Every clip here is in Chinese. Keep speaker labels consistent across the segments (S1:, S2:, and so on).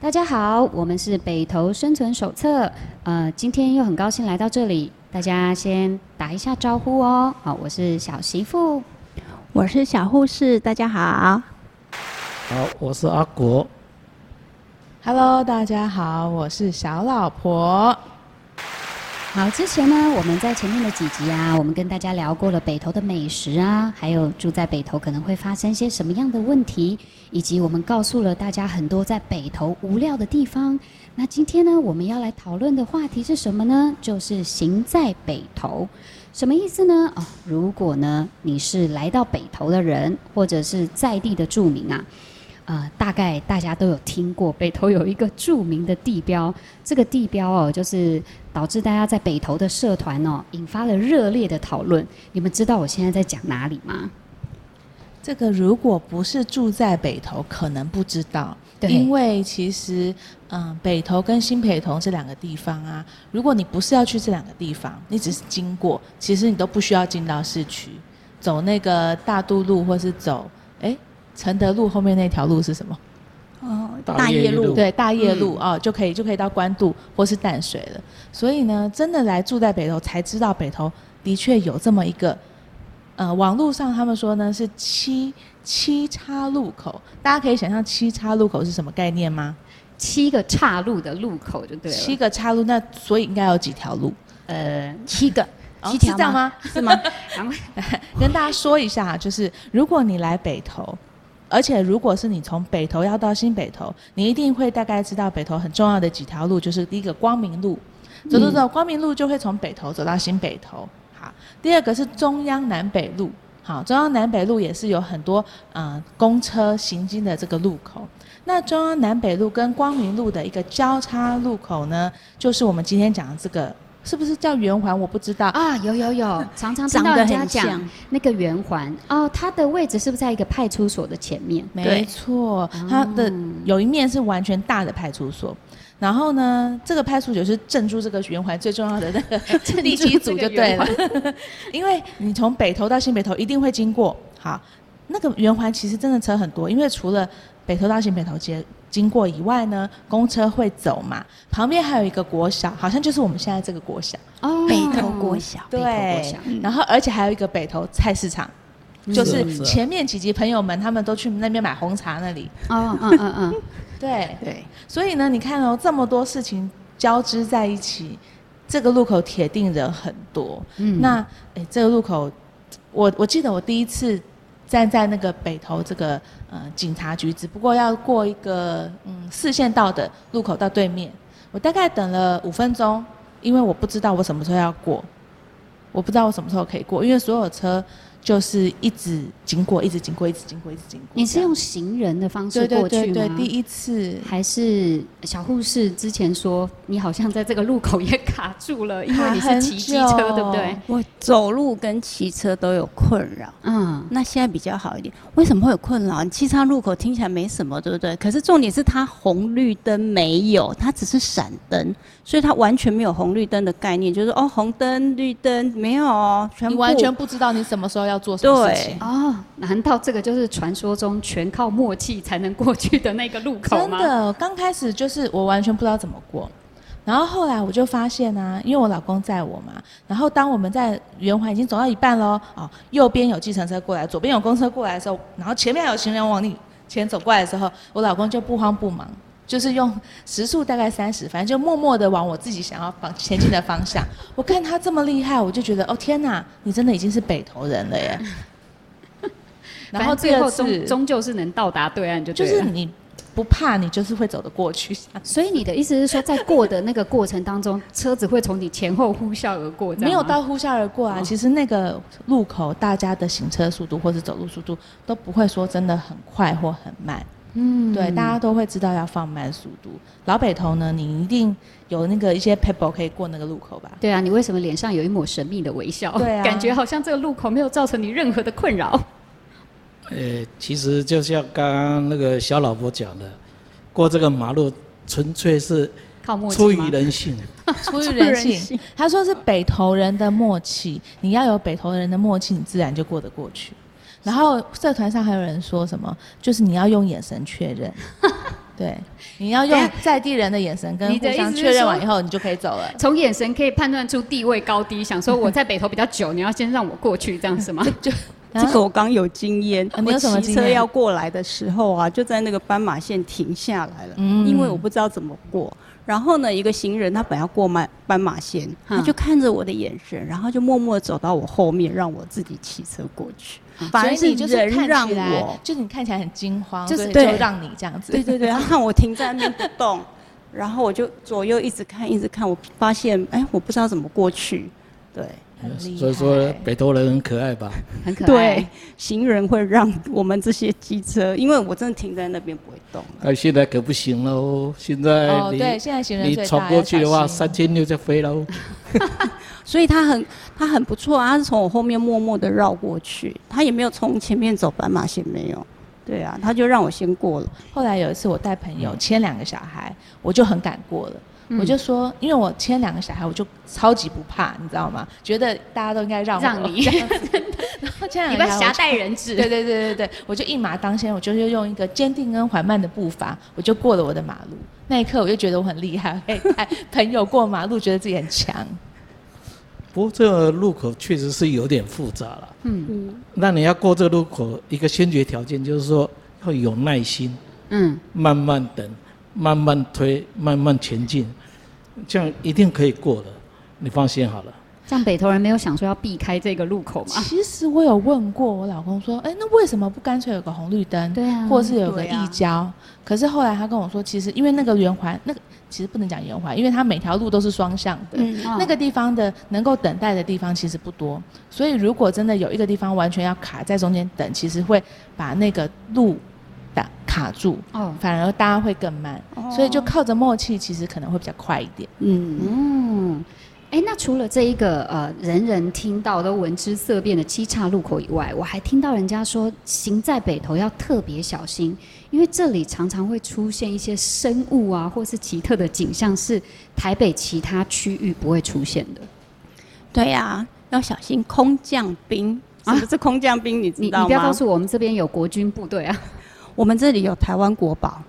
S1: 大家好，我们是北投生存手册。呃，今天又很高兴来到这里，大家先打一下招呼哦。好、我是小媳妇。
S2: 我是小护士，大家好。
S3: 好，我是阿国。
S4: Hello，大家好，我是小老婆。
S1: 好，之前呢，我们在前面的几集啊，我们跟大家聊过了北投的美食啊，还有住在北投可能会发生些什么样的问题，以及我们告诉了大家很多在北投无聊的地方。那今天呢，我们要来讨论的话题是什么呢？就是行在北投，什么意思呢？哦，如果呢你是来到北投的人，或者是在地的住民啊。呃，大概大家都有听过，北投有一个著名的地标，这个地标哦，就是导致大家在北投的社团哦，引发了热烈的讨论。你们知道我现在在讲哪里吗？
S4: 这个如果不是住在北投，可能不知道，
S1: 对
S4: 因为其实，嗯，北投跟新北投这两个地方啊，如果你不是要去这两个地方，你只是经过，其实你都不需要进到市区，走那个大渡路或是走，哎，承德路后面那条路是什么？
S2: 哦，
S3: 大业路
S4: 对，大业路、哦，就可以就可以到关渡或是淡水了。所以呢，真的来住在北投才知道北投的确有这么一个，呃，网络上他们说呢是七七叉路口，大家可以想象七叉路口是什么概念吗？
S1: 七个岔路的路口就对了。
S4: 七个岔路，那所以应该有几条路？
S1: 呃，七个，
S4: 哦
S1: 七条
S4: 是这样吗？
S1: 是吗？然后
S4: 跟大家说一下，就是如果你来北投，而且如果是你从北投要到新北投，你一定会大概知道北投很重要的几条路，就是第一个光明路，嗯走走走，光明路就会从北投走到新北投。好，第二个是中央南北路。好，中央南北路也是有很多呃公车行经的这个路口。那中央南北路跟光明路的一个交叉路口呢，就是我们今天讲的这个，是不是叫圆环？我不知道。
S1: 啊，有有有，常常听
S2: 长
S1: 到
S2: 得
S1: 人家
S2: 很
S1: 讲
S2: 像，
S1: 那个圆环哦，它的位置是不是在一个派出所的前面？
S4: 没
S2: 对
S4: 错，它的有一面是完全大的派出所。然后呢，这个派出所是镇住这个圆环最重要的 那个第七组就对了， 因为你从北投到新北投一定会经过。好，那个圆环其实真的车很多，因为除了北投到新北投街经过以外呢，公车会走嘛，旁边还有一个国小，好像就是我们现在这个国小。
S1: 哦，
S2: 北投国小
S1: 北投国
S4: 对嗯
S1: 小，
S4: 然后而且还有一个北投菜市场，就是
S3: 是啊
S4: 前面几集朋友们他们都去那边买红茶那里。
S1: 哦，嗯嗯嗯，
S4: 对，
S2: 对，
S4: 所以呢，你看哦，这么多事情交织在一起，这个路口铁定人很多。
S1: 嗯
S4: 那诶，这个路口，我我记得我第一次站在那个北投这个呃警察局，只不过要过一个嗯四线道的路口到对面，我大概等了五分钟，因为我不知道我什么时候要过，我不知道我什么时候可以过，因为所有车就是一直经过，一直经过，一直经过，一直经过。
S1: 你是
S4: 这样
S1: 用行人的方式
S4: 对
S1: 过
S4: 对
S1: 去吗？
S4: 对对，第一次
S1: 还是小护士之前说，你好像在这个路口也卡住了，因为你
S4: 卡
S1: 是
S4: 很
S1: 骑机车，
S4: 久
S1: 对不对？
S2: 我走路跟骑车都有困扰。
S1: 嗯，
S2: 那现在比较好一点，为什么会有困扰？你七岔路口听起来没什么，对不对？可是重点是它红绿灯没有，它只是闪灯，所以它完全没有红绿灯的概念，就是哦红灯绿灯没有哦，全部
S4: 你完全不知道你什么时候要做什么事情。
S1: 哦，难道这个就是传说中全靠默契才能过去的那个路口
S4: 真
S1: 吗？
S4: 的，刚开始就是我完全不知道怎么过，然后后来我就发现啊，因为我老公载我嘛，然后当我们在圆环已经走到一半喽，哦，右边有计程车过来，左边有公车过来的时候，然后前面还有行人往你前走过来的时候，我老公就不慌不忙。就是用时速大概三十，反正就默默的往我自己想要方前进的方向。我看他这么厉害，我就觉得哦天哪，你真的已经是北投人 了耶！然
S1: 反
S4: 后
S1: 正最后
S4: 这次
S1: 终终究是能到达对岸就
S4: 就
S1: 对
S4: 是
S1: 了。
S4: 你不怕，你就是会走得过去。
S1: 所以你的意思是说，在过的那个过程当中，车子会从你前后呼啸而过，这样吗
S4: 没有到呼啸而过啊，
S1: 哦
S4: 其实那个路口大家的行车速度或是走路速度都不会说真的很快或很慢，
S1: 嗯
S4: 对，大家都会知道要放慢速度。老北头呢，你一定有那个一些 people 可以过那个路口吧？
S1: 对啊，你为什么脸上有一抹神秘的微笑？
S4: 对啊
S1: 感觉好像这个路口没有造成你任何的困扰。
S3: 呃，其实就像刚刚那个小老婆讲的，过这个马路纯粹是
S1: 靠默契
S3: 出于
S1: 吗
S3: 人性。
S4: 出于
S2: 人
S4: 人
S2: 性
S4: 性，他说是北投人的默契，你要有北投人的默契，你自然就过得过去。然后社团上还有人说什么，就是你要用眼神确认，对，你要用在地人的眼神跟
S1: 你的
S4: 互相
S1: 意思是
S4: 确认完
S1: 说
S4: 以后，你就可以走了。
S1: 从眼神可以判断出地位高低，想说我在北投比较久，你要先让我过去， 这样是吗？
S2: 这个我刚有经验，
S4: 啊啊你有什么
S2: 我骑
S4: 经验
S2: 车要过来的时候啊，就在那个斑马线停下来了，
S4: 嗯
S2: 因为我不知道怎么过。然后呢，一个行人他本来要过斑斑马线，
S1: 嗯
S2: 他就看着我的眼神，然后就默默地走到我后面，让我自己骑车过去。反而
S4: 啊所以你就是看
S2: 人
S4: 起
S2: 让
S4: 来
S2: 我，
S4: 就是你看起来很惊慌，
S1: 就是
S4: 所以
S2: 对
S4: 就让你这样子。
S2: 对对对，他看我停在那边不动， 然后我就左右一直看，一直看，我发现哎，我不知道怎么过去。对
S4: 很厉害
S3: 所以说北投人很可爱 吧？
S1: 很可爱。
S2: 对，，行人会让我们这些机车，因为我真的停在那边不会动了。
S3: 哎，现在可不行喽，现在
S4: 哦，
S3: 你、
S4: 对，现在行人
S3: 你
S4: 最大
S3: 闯过去的话，三
S4: 千
S3: 千六就飞哦喽。
S2: 所以他很他很不错啊，他是从我后面默默的绕过去，他也没有从前面走斑马线，没有。对啊，他就让我先过了。
S4: 后来有一次我带朋友牵两个小孩，我就很敢过了。
S1: 嗯
S4: 我就说，因为我牵两个小孩，我就超级不怕，你知道吗？觉得大家都应该让我
S1: 让 你
S4: 这 样子然后牵两
S1: 你
S4: 个
S1: 不
S4: 小
S1: 要狭
S4: 孩我就
S1: 带人志。
S4: 对对对对对，我就一马当先，我就是用一个坚定跟缓慢的步伐，我就过了我的马路。那一刻我就觉得我很厉害，可以带 朋友过马路，觉得自己很强。
S3: 不过这个路口确实是有点复杂了。
S1: 嗯
S2: 嗯，
S3: 那你要过这个路口，一个先决条件就是说要有耐心，
S1: 嗯，
S3: 慢慢等，慢慢推，慢慢前进，这样一定可以过的，你放心好了。
S1: 像北投人没有想说要避开这个路口吗？
S4: 其实我有问过我老公说，哎，那为什么不干脆有个红绿灯，
S1: 对啊
S4: 或是有个
S2: 对啊
S4: 一交？可是后来他跟我说，其实因为那个圆环，那个其实不能讲圆环，因为它每条路都是双向的。
S2: 嗯
S1: 哦
S4: 那个地方的能够等待的地方其实不多，所以如果真的有一个地方完全要卡在中间等，其实会把那个路打卡住，
S1: 哦，
S4: 反而大家会更慢，
S2: 哦
S4: 所以就靠着默契，其实可能会比较快一点。
S2: 嗯，
S1: 嗯，哎，那除了这一个呃人人听到都闻之色变的七岔路口以外，我还听到人家说行在北头要特别小心，因为这里常常会出现一些生物啊，或是奇特的景象，是台北其他区域不会出现的。
S2: 对啊，要小心空降兵。
S1: 啊
S2: 什么是空降兵？你
S1: 你
S2: 知
S1: 你
S2: 道
S1: 不要告
S2: 吗？
S1: 诉我我们这边有国军部队啊，
S2: 我们这里有台湾国宝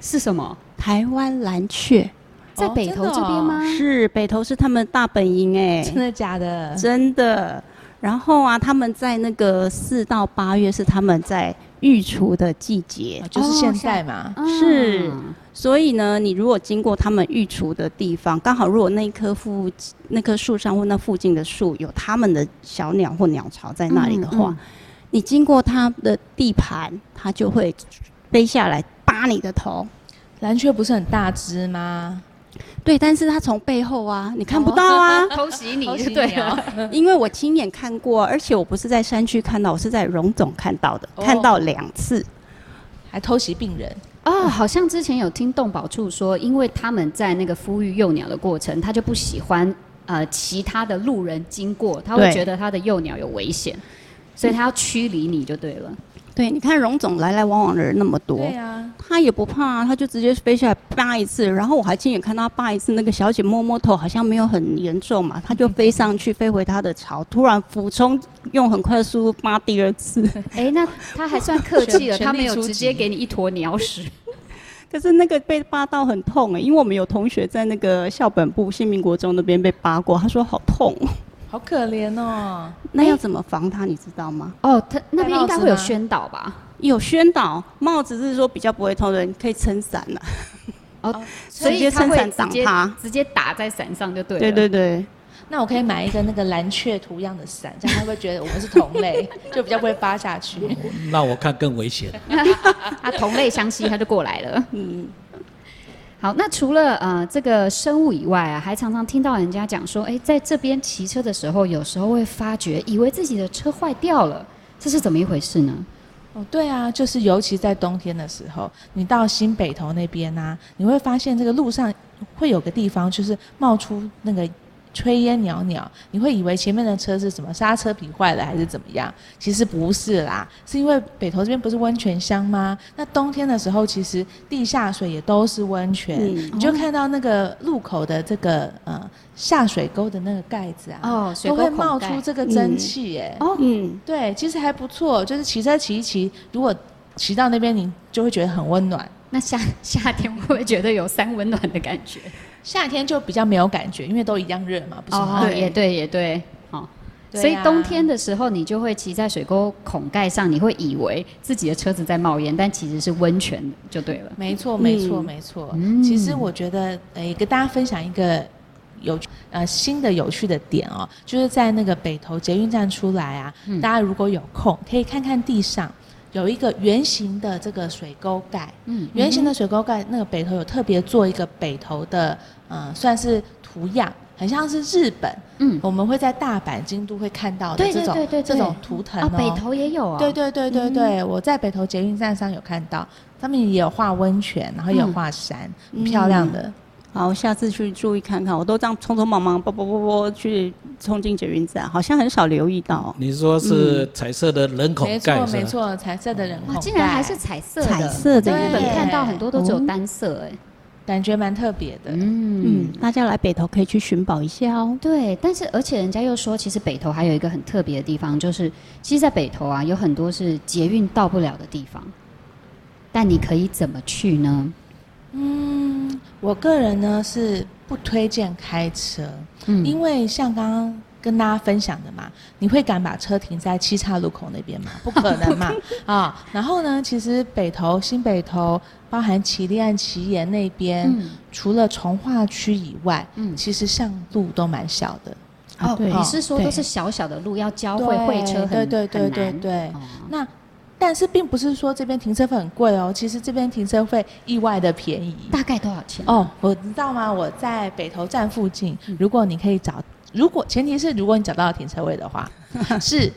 S1: 是什么？
S2: ——台湾蓝雀，
S1: 在
S4: 哦
S1: 北
S4: 真
S1: 头
S4: 的
S1: 这边
S4: 哦
S1: 吗？
S2: 是北投是他们的大本营哎、
S4: 真的假的？
S2: 真的。然后啊，他们在那个四到八月是他们在育雏的季节
S4: 哦，就是现在嘛，
S1: 嗯
S2: 是所以呢，你如果经过他们育雏的地方，刚好如果那一棵附那棵树上或那附近的树有他们的小鸟或鸟巢在那里的话，
S1: 嗯
S2: 你经过它的地盘，它就会飞下来扒你的头。
S4: 蓝雀不是很大只吗？
S2: 对，但是它从背后啊，你看不到啊，
S1: 偷袭你
S4: 偷袭
S1: 就
S4: 你
S1: 对了。
S2: 因为我亲眼看过，而且我不是在山区看到，我是在荣总看到的，
S4: 哦
S2: 看到两次。
S4: 还偷袭病人，
S1: 哦，好像之前有听动保处说，因为他们在那个孵育幼鸟的过程，他就不喜欢呃其他的路人经过，他会
S2: 对
S1: 觉得他的幼鸟有危险，所以他要驱离你就对了。
S2: 对，你看荣总来来往往的人那么多，
S4: 对啊，
S2: 他也不怕、啊，他就直接飞下来扒一次，然后我还亲眼看他扒一次，那个小姐摸摸头，好像没有很严重嘛，他就飞上去，飞回他的巢，突然俯冲，用很快的速度扒第二次。
S1: 哎、那他还算客气了，
S4: 全
S1: 他没
S4: 全
S1: 有
S4: 力出击
S1: 直接给你一坨鸟屎。
S2: 可是那个被扒到很痛诶、因为我们有同学在那个校本部新民国中那边被扒过，他说好痛哦，
S4: 好可怜哦。
S2: 那要怎么防它，你知道吗？
S1: 哦，他那边应该会
S4: 戴
S1: 有
S4: 帽子吗
S1: 宣导吧？
S2: 有宣导，帽子是说比较不会痛的人可以撑伞啊呐、
S1: 所
S2: 直
S1: 以
S2: 接
S1: 他
S2: 撑
S1: 会哦
S2: 伞
S1: 直
S2: 挡
S1: 接
S2: 它
S1: 直接打在伞上就对了。啊
S2: 对对对，
S4: 那我可以买一个那个蓝雀图样的伞，这样他会不会觉得我们是同类，就比较不会发下去。
S3: 那我看更危 险。
S1: 啊，同类相吸，他就过来了。
S2: 嗯，
S1: 好，那除了呃这个生物以外啊，还常常听到人家讲说，哎，在这边骑车的时候，有时候会发觉以为自己的车坏掉了，这是怎么一回事呢？
S4: 哦，对啊，就是尤其在冬天的时候，你到新北投那边啊，你会发现这个路上会有个地方，就是冒出那个炊烟袅袅，你会以为前面的车是什么刹车皮坏了还是怎么样，其实不是啦，是因为北投这边不是温泉乡吗？那冬天的时候，其实地下水也都是温泉，
S2: 嗯
S4: 你就
S1: 哦
S4: 看到那个路口的这个呃下水沟的那个盖子啊，
S1: 哦，水
S4: 都会
S1: 沟
S4: 冒
S1: 口
S4: 出
S1: 袋。
S4: 这个蒸
S2: 嗯
S4: 汽哎耶、
S1: 哦，
S2: 嗯，
S4: 对，其实还不错，就是骑车骑一骑，如果骑到那边，你就会觉得很温暖。
S1: 那夏 夏天会不会觉得有三温暖的感觉？
S4: 夏天就比较没有感觉，因为都一样热嘛，不是吗？
S1: 哦，
S2: 对
S1: 也对，也对，哦。
S4: 对
S1: 所以
S4: 啊
S1: 冬天的时候，你就会骑在水沟孔盖上，你会以为自己的车子在冒烟，但其实是温泉，就对了。
S4: 没错，没错，
S2: 嗯
S4: 没错。
S1: 嗯
S4: 其实我觉得，呃，也跟大家分享一个有呃新的有趣的点哦，就是在那个北投捷运站出来啊，
S1: 嗯
S4: 大家如果有空，可以看看地上有一个圆形的这个水沟盖，
S1: 嗯，
S4: 圆形的水沟盖，那个北投有特别做一个北投的，呃，算是图样，很像是日本，
S1: 嗯，
S4: 我们会在大阪、京都会看到的
S1: 对
S4: 这
S1: 对
S4: 种
S1: 对对，
S4: 这
S1: 对
S4: 种图腾哦。
S1: 啊，北投也有啊。
S4: 对对对对对，
S1: 嗯
S4: 我在北投捷运站上有看到，他们也有画温泉，然后也有画山，
S2: 嗯
S4: 很漂亮的。
S2: 好，我下次去注意看看。我都这样匆匆忙忙，啵啵啵啵去冲进捷运站，好像很少留意到
S3: 你说是彩色的人孔
S4: 嗯没
S3: 盖、
S4: 错
S3: 是吧？
S4: 没错，彩色的人孔
S1: 哇，
S4: 盖，
S1: 竟然还是彩色的。
S2: 彩色的
S1: 在
S2: 耶。
S1: 日本
S4: 对
S1: 看到很多都只有
S2: 哦
S1: 单色，哎，
S4: 感觉蛮特别的。
S1: 嗯
S2: 嗯，大家来北投可以去寻宝一下哦。
S1: 对，但是而且人家又说，其实北投还有一个很特别的地方，就是其实，在北投啊，有很多是捷运到不了的地方，但你可以怎么去呢？
S4: 嗯，我个人呢是不推荐开车，
S1: 嗯，
S4: 因为像刚刚。跟大家分享的嘛，你会敢把车停在七岔路口那边吗？不可 能嘛！啊、然后呢，其实北投、新北投，包含旗立岸、旗岩那边，
S1: 嗯
S4: 除了从化区以外，
S1: 嗯
S4: 其实像路都蛮小的。
S2: 啊
S1: 哦，
S2: 对
S1: 你是说
S4: 对
S1: 都是小小的路要交汇
S4: 对
S1: 会车很
S4: 对对对对
S1: 很难
S4: 对
S1: 哦
S4: 那但是并不是说这边停车费很贵哦，其实这边停车费意外的便宜。
S1: 大概多少钱？
S4: 哦，我知道吗？我在北投站附近，如果你可以找，如果前提是如果你找到停车位 的话，是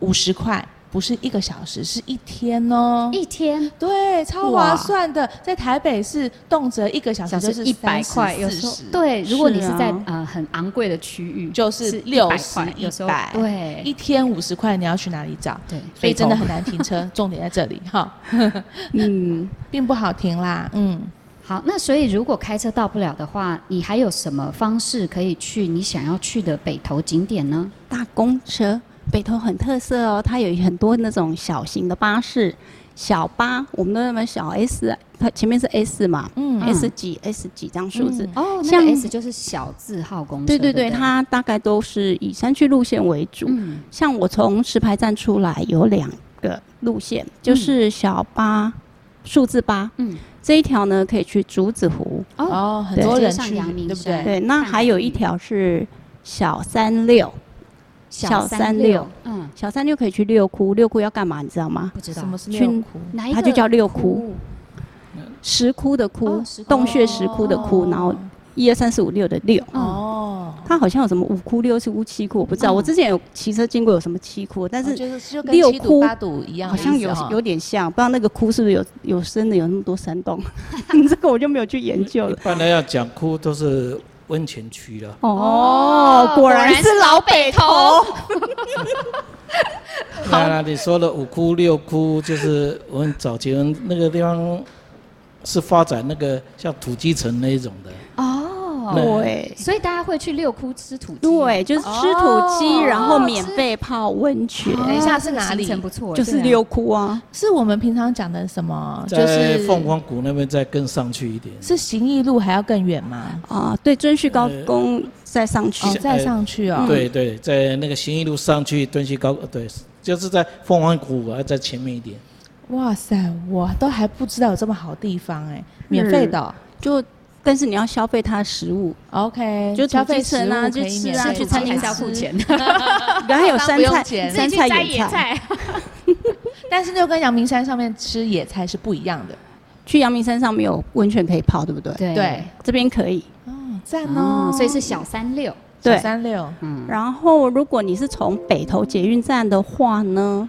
S4: 五十块，不是一个小时，是一天哦。
S1: 一天
S4: 对，超
S1: 哇
S4: 划算的，在台北市动辄一个小时
S1: 小
S4: 就
S1: 时
S4: 是
S1: 一百
S4: 30
S1: 块，有时候
S4: 40
S1: 对，如果你是
S2: 是啊
S1: 在呃很昂贵的区域，
S4: 就是
S1: 100
S4: 60
S1: 块，有时候
S4: 100
S1: 对
S4: 一天五十块，你要去哪里找？
S1: 对，
S4: 所以真的
S1: 北投
S4: 很难停车，重点在这里哈，
S2: 嗯，
S4: 并不好停啦。嗯，
S1: 好。那所以如果开车到不了的话，你还有什么方式可以去你想要去的北投景点呢？
S2: 大公车，北投很特色哦，它有很多那种小型的巴士，小巴，我们都认为小 S，它前面是 S 嘛、
S4: 嗯
S2: s 几 S 几这样数字。
S4: 嗯
S1: 哦，那
S2: 像
S1: 个 S 就是小字号公车，
S2: 对
S1: 对
S2: 对对，
S1: 不
S2: 它大概都是以山区路线为主。
S1: 嗯
S2: 像我从石牌站出来有两个路线，就是小巴、数字八
S1: 嗯，
S2: 这一条呢，可以去竹子湖。
S1: 哦，
S4: 哦，很
S2: 对
S4: 多人
S1: 直接上
S4: 去
S1: 阳，明
S4: 对不
S1: 山
S2: 对，
S4: 对？
S2: 那还有一条是小三六，小
S1: 三
S2: 三六，
S1: 嗯，
S2: 小三六可以去六窟，六窟要干嘛？你知道吗？
S1: 不知道
S4: 什么是
S2: 去
S4: 六窟？
S1: 哪一个
S2: 它就叫六窟，
S1: 窟
S2: 石窟的窟，
S1: 哦石窟
S2: 洞穴石窟的窟，然后嗯一二三四五六的六。
S4: 哦，
S2: 它好像有什么五窟、六窟、七窟，我不知道。
S1: 嗯
S2: 我之前有骑车经过，有什么七窟，但
S4: 哦
S2: 是
S4: 就是就跟
S2: 六
S4: 七堵
S2: 窟
S4: 八堵一样
S2: 好
S4: 的意思哦，
S2: 像有有点像，不知道那个窟是不是有有真的有那么多山洞？ 这个我就没有去研究
S3: 一
S2: 了。
S3: 般的要讲哭都是温泉区了。
S2: 哦，果然是
S1: 老北投，
S3: 当然，你说的五窟六窟，就是我们早前那个地方是发展那个像土鸡城那一种的。
S1: 哦，
S2: 对。
S1: 所以大家会去六窟吃土鸡，
S2: 对，就是吃土鸡，
S1: 哦
S2: 然后免费泡温泉，哎
S1: 哦，
S4: 等一下是
S1: 这个
S4: 哪
S1: 行
S4: 里
S1: 程不错，
S2: 啊就是六窟啊。
S4: 是我们平常讲的什么？就
S3: 在
S4: 是
S3: 凤凰谷那边再更上去一点，
S4: 是行义路还要更远吗？
S2: 啊，对，遵循高工再上去
S4: 哦，
S3: 是，
S4: 再上去哦。
S3: 呃对对，在那个行义路上去敦西高，对，就是在凤凰谷啊，在前面一点。
S4: 哇塞，我都还不知道有这么好地方哎，
S2: 嗯
S4: 免费的哦。
S2: 就但是你要消费它的食 物，
S4: OK，
S2: 就
S4: 消
S2: 土
S4: 费
S2: 鸡城啊去吃啊去餐厅
S1: 还是
S4: 还是
S1: 要
S4: 要
S1: 付
S4: 付
S1: 钱
S4: 钱，
S2: 然后还有
S4: 当然
S2: 山
S4: 不用
S2: 菜、
S4: 钱
S2: 山菜、野菜。
S1: 菜，
S4: 但是就跟阳明山上面吃野菜是不一样的。
S2: 去阳明山上面有温泉可以泡，对不对？
S1: 对
S4: 对，
S2: 这边可以。
S4: 哦，赞
S1: 哦
S4: 哦，，
S1: 所以是小三六，
S2: 对
S4: 小三六
S1: 嗯，
S2: 然后如果你是从北投捷运站的话呢，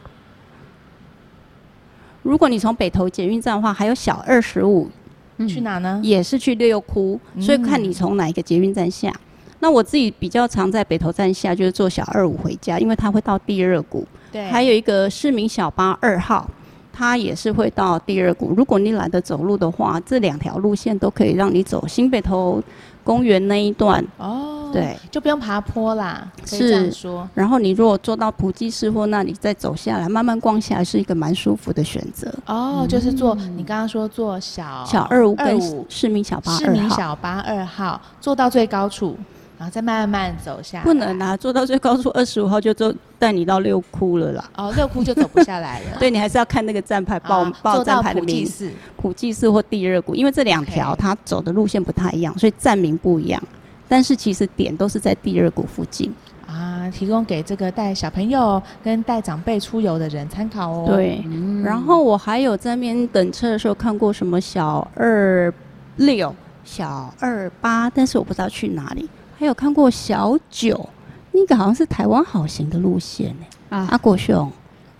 S2: 如果你从北投捷运站的话，还有小二十五
S1: 嗯
S4: 去哪呢？
S2: 也是去六窟，
S4: 嗯
S2: 所以看你从哪一个捷运站下。那我自己比较常在北投站下，就是坐小二五回家，因为它会到第二谷。
S4: 对
S2: 还有一个市民小巴二号，它也是会到第二谷。如果你懒得走路的话，这两条路线都可以让你走新北投公园那一段。
S4: 哦，
S2: 对，
S4: 就不用爬坡啦，可以这样
S2: 是
S4: 说。
S2: 然后你如果坐到普济士或那里再走下来，慢慢逛下来是一个蛮舒服的选择。
S4: 哦，就是做你刚刚说做小
S2: 嗯小二五
S4: 哦二
S2: 跟
S4: 五
S2: 市民小八
S4: 市
S2: 二
S4: 民
S2: 号。
S4: 小巴二号坐到最高处，然后再慢慢走下来。
S2: 不能啊，坐到最高处二十五号就坐带你到六窟了啦。
S4: 哦，六窟就走不下来了。
S2: 对你还是要看那个站牌报、
S4: 啊
S2: 报
S4: 坐
S2: 站
S4: 到
S2: 牌的
S4: 普济
S2: 名，
S4: 寺。
S2: 普济寺或第二谷，因为这两条
S4: OK
S2: 它走的路线不太一样，所以站名不一样。但是其实点都是在第二谷附近。
S4: 啊，提供给这个带小朋友跟带长辈出游的人参考哦。，
S2: 对，
S1: 嗯
S2: 然后我还有在那边等车的时候看过什么小二六、小二八，但是我不知道去哪里。还有看过小九，那个好像是台湾好行的路线呢、
S1: 啊
S2: 阿国兄，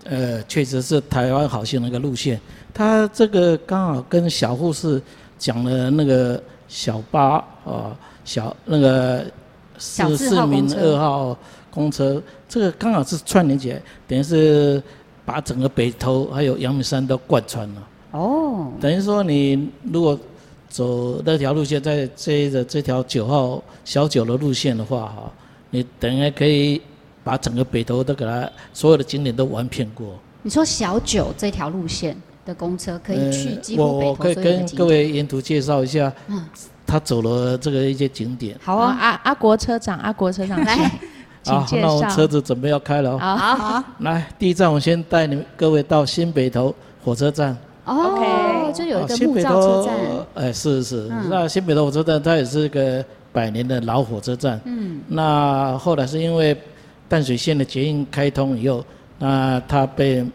S3: 呃，确实是台湾好像那个路线，他这个刚好跟小护士讲了那个小巴啊、哦小那个
S1: 小
S3: 市
S1: 四
S3: 市
S1: 号公
S3: 民
S1: 车
S3: 二号公车，这个刚好是串联起来，等于是把整个北投还有阳明山都贯穿了。
S1: 哦，
S3: 等于说你如果走那条路线，在这的这条九号小九的路线的话，哈，你等于可以把整个北投都给它所有的景点都玩遍过。
S1: 你说小九这条路线的公车可以去
S3: 呃
S1: 几
S3: 我
S1: 乎北
S3: 我可
S1: 投所
S3: 以
S1: 有的
S3: 跟
S1: 景点。
S3: 各
S1: 嗯
S3: 位沿途介绍一下，他走了这个一些景点。
S1: 好
S4: 好啊
S1: 啊，，
S4: 阿阿国车长，阿国车长
S1: 来，
S4: 请
S3: 好，
S4: 介
S3: 啊那我们
S4: 绍。
S3: 车子准备要开了哦。
S4: 好
S3: 来，第一站我先带你们各位到新北投火车站。
S1: 哦，
S4: OK
S1: 就有一
S3: 啊
S1: 个
S3: 新
S1: 木
S3: 北
S1: 造车
S3: 投
S1: 站，，
S3: 哎，是是，
S1: 嗯
S3: 那新北投火车站它也是个百年的老火车站。嗯，那后来是因为淡水线的捷运开通以后，那它被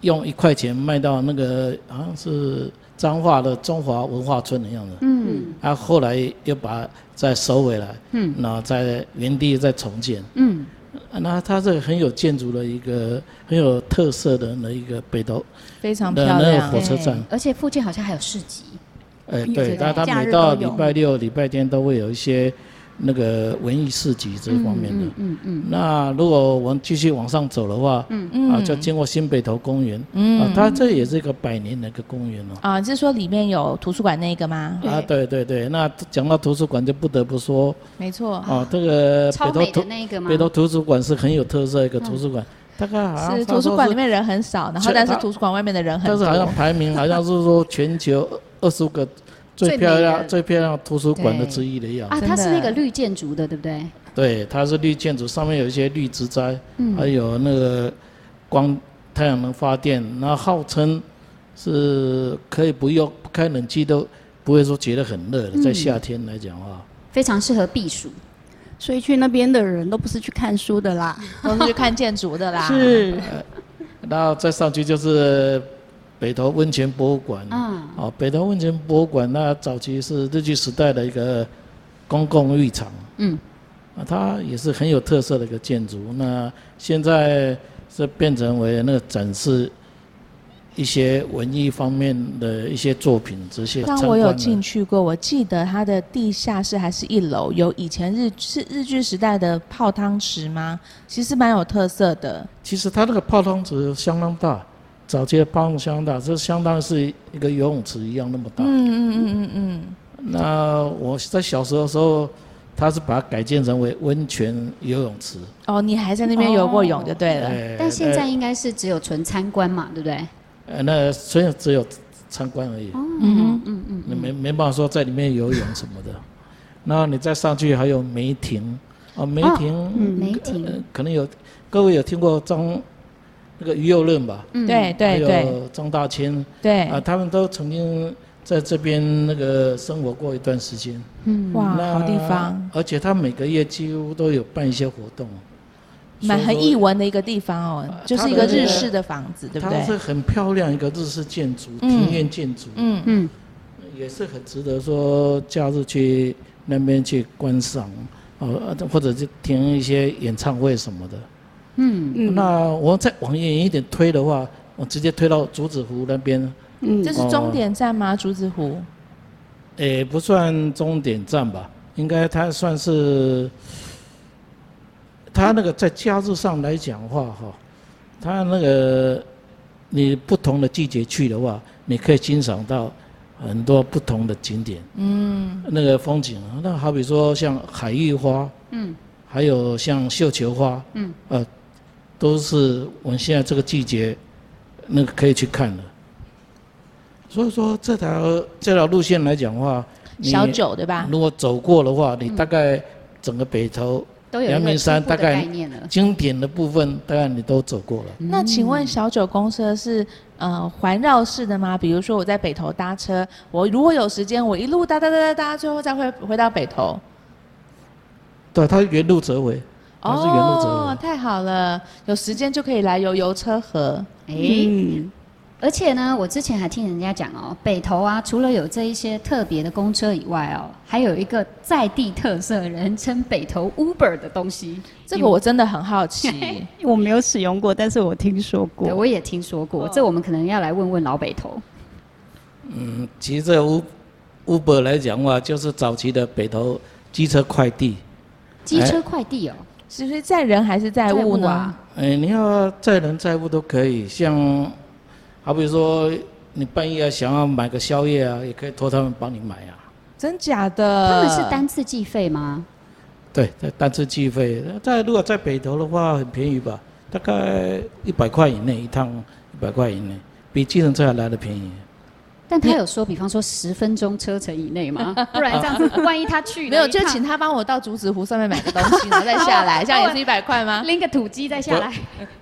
S3: 用一块钱卖到那个好像是彰化的中华文化村的样子。
S1: 嗯
S3: 啊，后来又把它再收回来，嗯，然后在原地再重建。
S1: 嗯，
S3: 啊那它这个很有建筑的一个很有特色的那一个北投，
S4: 非常
S3: 的
S4: 漂
S3: 那个
S4: 亮
S3: 火。车站
S1: 对而且附近好像还有市集，
S3: 哎，
S2: 嗯
S3: 对，
S2: 对
S3: 它它
S2: 假
S3: 每
S2: 日
S3: 到
S2: 都
S3: 礼
S2: 有
S3: 拜六、礼拜天都会有一些那个文艺市集这方面的。
S1: 嗯嗯
S3: 那如果我们继续往上走的话，
S4: 嗯
S3: 啊，就经过新北投公园，啊，它这也是一个百年的一个公园哦。
S4: 啊，你是说里面有图书馆那个吗？
S3: 啊，对对对，那讲到图书馆就不得不说，
S4: 没错，
S3: 哦，这
S1: 嗯，
S3: 个北
S1: 超
S3: 投
S1: 美的
S3: 图
S1: 那一个吗
S3: 北？投图书馆是很有特色的一个图书馆，大概好像
S4: 是
S3: 差不
S4: 图书
S3: 多
S4: 馆
S3: 是
S4: 里面人很少，然后
S3: 啊是
S4: 但是
S3: 它
S4: 图书馆外面的人很
S3: 但
S4: 多。
S3: 是好像排名好像是说全球二十五个最
S1: 最
S3: 漂
S1: 美
S3: 亮
S1: 的
S3: 最漂亮的图书馆的
S1: 对
S3: 之一的样子。
S1: 啊，
S4: 真
S1: 它是那
S4: 的
S1: 个绿建筑的，对不对？
S3: 对，它是绿建筑，上面有一些绿植栽，还有那个光太阳能发电，那号称是可以不用不开冷气都不会说觉得很热的，在夏天来讲的话，
S1: 非常适合避暑。
S2: 所以去那边的人都不是去看书的啦，
S4: 都是去看建筑的啦。，
S2: 是
S3: 然后再上去就是北投温泉博物馆。
S1: 嗯，
S3: 哦，北投温泉博物馆那早期是日据时代的一个公共浴场，
S1: 嗯，
S3: 啊，它也是很有特色的一个建筑。那现在是变成为那个展示一些文艺方面的一些作品，这些参
S4: 当
S3: 观
S4: 我有
S3: 的
S4: 进去过，我记得它的地下室还是一楼，有以前日是日剧时代的泡汤池吗？其实蛮有特色的。
S3: 其实它那个泡汤池相当大，早期的泡汤相当大，这相当是一个游泳池一样那么大。
S4: 嗯嗯嗯嗯嗯，
S3: 那我在小时候的时候，它是把它改建成为温泉游泳池。
S4: 哦，你还在那边游过泳就对了。
S3: 哎
S1: 呃但现在应该是只有纯参观嘛，对不对？
S3: 呃，那虽然只有参观而已，
S1: 哦
S4: 嗯哼，
S3: 你没没办法说在里面游泳什么的。然后你再上去还有梅亭，哦，梅
S1: 哦
S3: 亭，
S1: 梅
S3: 呃
S1: 亭，，
S3: 可能有各位有听过张那个于右任吧？
S1: 嗯，
S4: 对对
S3: 哦还
S4: 对
S3: 有张大千啊、
S4: 对，
S3: 他们都曾经在这边那个生活过一段时间。
S4: 哇，
S3: 嗯那
S4: 啊好地方，！
S3: 而且他每个月几乎都有办一些活动，
S4: 蛮
S3: 所以
S4: 很
S3: 说呃
S4: 异文的一个地方哦，就是一个日式的房子，对不
S3: 它是
S4: 对？
S3: 很漂亮一个日式建筑，
S4: 嗯
S3: 庭院建筑。
S4: 嗯，
S1: 嗯，
S3: 也是很值得说假日去那边去观赏，呃，或者是听一些演唱会什么的。
S2: 嗯，
S3: 那我再往远一点推的话，我直接推到竹子湖那边，
S2: 嗯
S4: 这是终点站吗？竹子湖
S3: 也不算终点站吧，应该它算是，它那个在假日上来讲的话，哈，它那个你不同的季节去的话，你可以欣赏到很多不同的景点，嗯，那个风景，那好比说像海芋花，嗯，还有像绣球花，嗯，呃，都是我们现在这个季节，那个可以去看的。所以说这条这条路线来讲的话，你
S4: 小九对吧？
S3: 如果走过的话，你大概整个北投
S1: 都有一
S3: 阳
S1: 个
S3: 明山
S1: 初步的
S3: 大概
S1: 概念了。
S3: 经典的部分，大概你都走过了。
S4: 那请问小九公车是呃环绕式的吗？比如说我在北投搭车，我如果有时间，我一路搭搭搭搭搭，最后再回回到北投。
S3: 对，它原路折回，它是原路折回。
S4: 哦太好了，有时间就可以来游游车河。
S1: 诶，
S2: 嗯，
S1: 而且呢，我之前还听人家讲哦，北投啊，除了有这一些特别的公车以外哦，还有一个在地特色，人称北投 Uber 的东西。
S4: 这个我真的很 好奇，
S2: 哎我没有使用过，但是我听说
S1: 对，
S2: 过。
S1: 我也听说过，这我们可能要来问问老北投。
S3: 嗯，其实这 U Uber 来讲的话，就是早期的北投机车快递。
S1: 机车快递哦，
S4: 是不是载人还是载物
S1: 在
S4: 呢？
S1: 啊，
S3: 哎，你要载人载物都可以，像好比说你半夜想要买个宵夜啊，也可以托他们帮你买啊。
S4: 真假的？
S1: 他们是单次计费吗？
S3: 对，这单次计费，呃在如果在北投的话，很便宜吧，大概一百块以内一趟，一百块以内，比计程车还来的便宜。
S1: 但他有说，比方说十分钟车程以内吗？ 不然这样子，万一他去了
S4: 没有，
S1: 一
S4: 就
S1: 趟
S4: 请他帮我到竹子湖上面买个东西，然后再下来，这样也是一百 块吗？
S1: 拎个土鸡再下来。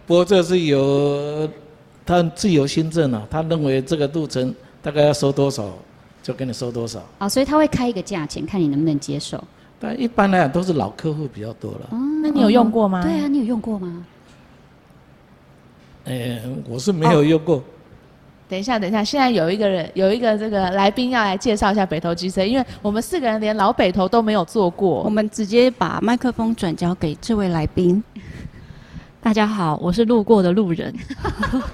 S3: 不过这是由他自由新政啊，他认为这个路程大概要收多少，就给你收多少。
S1: 啊，所以他会开一个价钱，看你能不能接受。
S3: 但一般来讲都是老客户比较多了。
S5: 嗯
S4: 那你有用过吗？
S1: 对啊，你有用过吗？
S3: 哎，我是没有用过。
S4: 等一下，等一下，现在有一个人，有一个这个来宾要来介绍一下北投机车，因为我们四个人连老北投都没有坐
S2: 我
S4: 过。
S2: 们直接把麦克风转交给这位来宾。
S5: 大家好，我是路过的路人。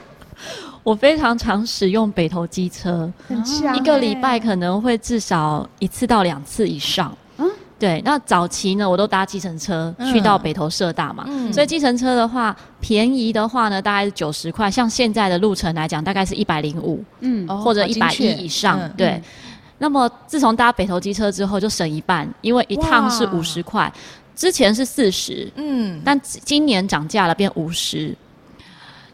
S5: 我非常常使用北投机车，
S4: 很欸像
S5: 一个礼拜可能会至少一次到两次以上。
S1: 嗯
S5: 对，那早期呢，我都搭计程车
S4: 嗯
S5: 去到北投社大嘛，
S4: 嗯
S5: 所以计程车的话，便宜的话呢，大概是九十块，像现在的路程来讲，大概是一百零五
S1: 嗯，
S4: 哦
S5: 或者
S4: 好
S5: 一
S4: 精
S5: 百一
S4: 确
S5: 以上。
S4: 嗯
S5: 对，那么自从搭北投机车之后，就省一半，因为一趟是
S4: 哇
S5: 五十块，之前是四十，
S4: 嗯，
S5: 但今今年涨价了，变五十。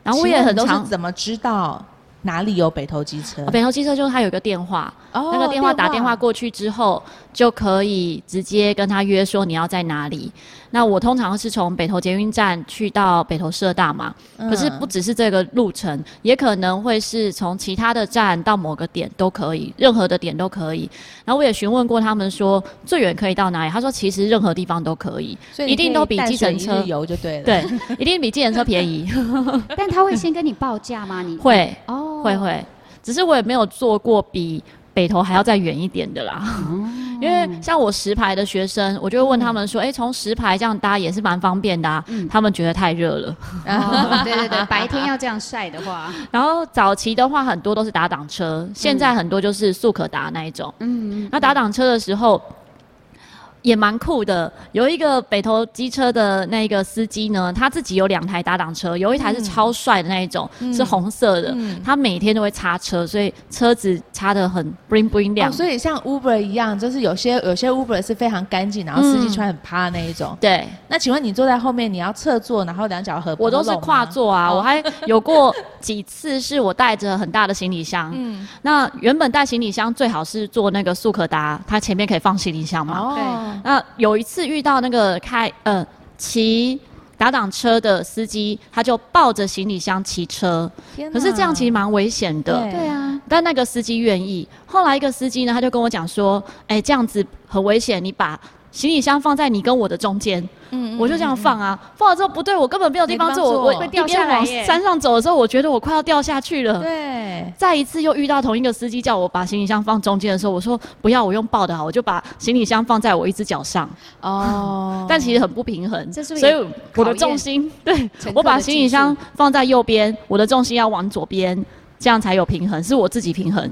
S5: 然后我也
S4: 请问
S5: 很
S4: 你都
S5: 常
S4: 是，怎么知道哪里有北投机车
S5: 哦？北投机车就是它有一个电话，
S4: 哦
S5: 那个电话打电话过去之后，就可以直接跟他约说你要在哪里。那我通常是从北投捷运站去到北投社大嘛，
S4: 嗯
S5: 可是不只是这个路程，也可能会是从其他的站到某个点都可以，任何的点都可以。然后我也询问过他们说最远可以到哪里，他说其实任何地方都可以，
S4: 所以你
S5: 一
S4: 可
S5: 定
S4: 以
S5: 都比
S4: 淡
S5: 计
S4: 水
S5: 程
S4: 一
S5: 车
S4: 日游就对了。，哦
S5: 对，一定比计程车 便宜，
S1: 但他会先跟你报价吗？你
S5: 会。
S1: 哦，
S5: 会会，只是我也没有做过比北投还要再远一点的啦。 因为像我石牌的学生，我就会问他们说：“哎、从石牌这样搭也是蛮方便的啊。他们觉得太热了。
S1: 哦对对对，白天要这样晒的 话，
S5: 然后早期的话，很多都是打挡车，现在很多就是速可达那一种。
S1: 嗯，
S5: 那打挡车的时候。也蛮酷的，有一个北投机车的那个司机呢，他自己有两台打挡车，有一台是
S4: 嗯
S5: 超帅的那一种，是红色的，他每天都会擦车，所以车子擦得很 bling bling 亮。
S4: 哦，所以像 Uber 一样，就是有些有些 Uber 是非常干净，然后司机
S5: 嗯
S4: 穿很趴那一种。
S5: 对，
S4: 那请问你坐在后面，你要侧坐，然后两脚合？
S5: 我都是跨。座啊，
S4: 哦
S5: 我还有过几次是我带着很大的行李箱，
S4: 嗯，
S5: 那原本带行李箱最好是坐那个速可达，它前面可以放行李箱嘛。
S4: 哦，
S5: 那有一次遇到那个开呃骑打挡车的司机，他就抱着行李箱骑车，
S4: 天哪
S5: 可是这样其实蛮危险的。
S4: 对
S1: 对啊，
S5: 但那个司机愿意。后来一个司机呢，他就跟我讲说：“哎、这样子很危险，你把行李箱放在你跟我的中间。”
S4: 嗯
S5: 我就这样放啊，放了之后不对，我根本没有地方坐，
S4: 没地方坐
S5: 我我
S4: 会
S1: 掉
S5: 一边
S1: 下来
S5: 往
S1: 耶
S5: 山上走的时候，我觉得我快要掉下去了。
S4: 对，
S5: 再一次又遇到同一个司机叫我把行李箱放中间的时候，我说不要，我用抱的好，我就把行李箱放在我一只脚上，，
S4: 哦
S5: 但其实很不平衡，
S1: 这是不是
S5: 所以
S1: 也
S5: 我
S1: 考
S5: 的
S1: 验
S5: 重心， 对
S1: 乘客
S5: 我把
S1: 的
S5: 行
S1: 技
S5: 李
S1: 术
S5: 箱放在右边，我的重心要往左边，这样才有平衡，是我自己平衡。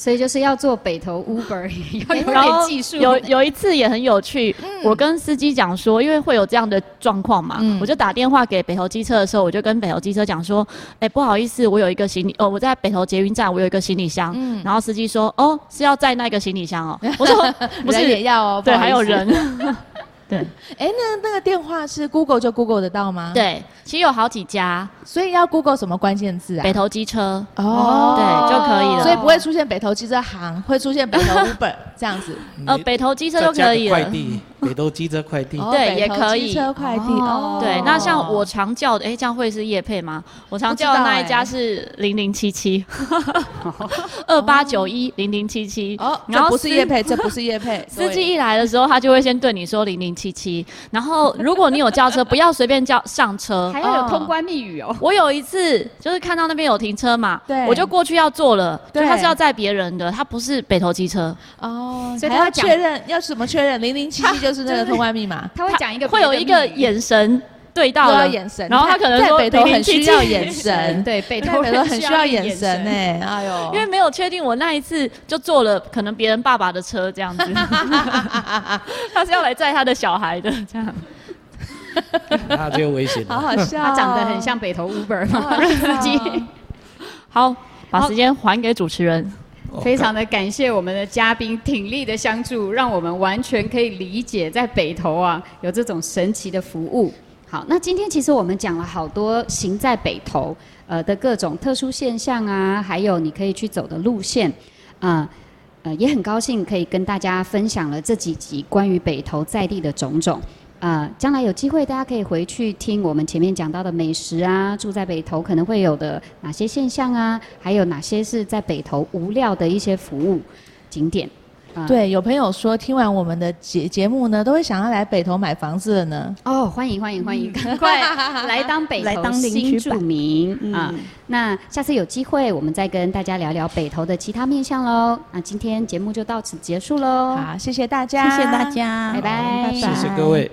S1: 所以就是要做北投 Uber 也 要有
S5: 然后
S1: 点哎技术。嗯
S5: 有有一次也很有趣，我跟司机讲说，因为会有这样的状况嘛，
S4: 嗯
S5: 我就打电话给北投机车的时候，我就跟北投机车讲说，哎、不好意思，我有一个行李，哦，我在北投捷运站，我有一个行李箱。
S1: 嗯
S5: 然后司机说，哦，是要载那个行李 箱哦。我说不
S4: 人
S5: 是
S4: 也，要哦，
S5: 对，
S4: 不好意思
S5: 还有。人。
S1: 嗯
S4: 哎，那那个电话是 Google 就 Google 得到吗？，
S5: 对，其实有好几家
S4: 所以要 Google 什么关键字啊
S5: 北？投机车，
S4: 哦，
S1: 哎
S5: 对就可以了
S4: 所以不会出现北投机车行，会出现北投 Uber 这样子。
S5: 呃，
S3: 你
S5: 哦北投机
S3: 嗯
S5: 车
S3: 再
S5: 就
S3: 加
S5: 可
S3: 个
S5: 以
S3: 快
S5: 了。
S3: 递，北投机车快递，
S4: 哦
S5: 对
S4: 北投
S5: 也可
S4: 机
S5: 以
S4: 车快递
S1: 哦
S4: 哦。
S5: 对，那像我常叫的，哎、这样会是叶配吗？我常叫的
S4: 不知道
S5: 那一家
S4: 哎
S5: 是零零七 七，二八九一零零七七。
S4: 哦，
S5: 然
S4: 这
S5: 后
S4: 不是
S5: 司
S4: 叶配，这不是叶配，
S5: 司机一来的时候，他就会先对你说零零七七，然后如果你有 叫车，不要随便叫上车。
S1: 还要有通关密语哦。
S5: 我有一次就是看到那边有停车嘛，
S4: 对
S5: 我就过去要坐了，就
S4: 对
S5: 他是要载别人的，他不是北投机车，
S4: 对哦，
S1: 所以
S4: 还
S1: 他
S4: 要
S1: 讲
S4: 确认，要怎么确认？零零七七就是那个通关密码，
S1: 他会讲一个，
S5: 会有一个，眼神对到
S4: 都要
S5: 了，
S4: 眼神。
S5: 然后他可能
S4: 在
S5: 说
S4: 北投很需要
S5: 0077
S4: 眼神，
S1: 对，北
S4: 在
S1: 投
S4: 北
S1: 人
S4: 投哎很需要眼神。哎，哎呦，
S5: 因为没有确定，我那一次就坐了可能别人爸爸的车这样子，他是要来载他的小孩的这样。
S3: 那就危险
S4: 好
S3: 了。
S4: 好笑哦，
S1: 他长得很像北投 Uber
S4: 好
S1: 嘛，
S4: 好笑哦
S1: 司机。
S5: 好，把时间还给主持人。
S3: 哦
S1: 非常的感谢我们的嘉宾挺立的相助，让我们完全可以理解在北投啊有这种神奇的服务。好，那今天其实我们讲了好多行在北投呃的各种特殊现象啊，还有你可以去走的路线啊。呃也很高兴可以跟大家分享了这几集关于北投在地的种种。啊，将来有机会大家可以回去听我们前面讲到的美食啊，住在北投可能会有的哪些现象啊，还有哪些是在北投无料的一些服务景点。啊
S4: 对，有朋友说听完我们的节节目呢，都会想要来北投买房子了呢。
S1: 哦，欢迎欢迎欢迎，赶快 来当北
S2: 嗯 来
S1: 投
S2: 当邻
S1: 新
S2: 居
S1: 住
S2: 吧
S1: 民啊
S2: 嗯！
S1: 那下次有机会我们再跟大家聊聊北投的其他面向喽。那今天节目就到此结束喽，
S4: 哦好，谢谢大家，
S2: 谢谢大。家，
S1: 拜拜，
S3: 谢谢各位。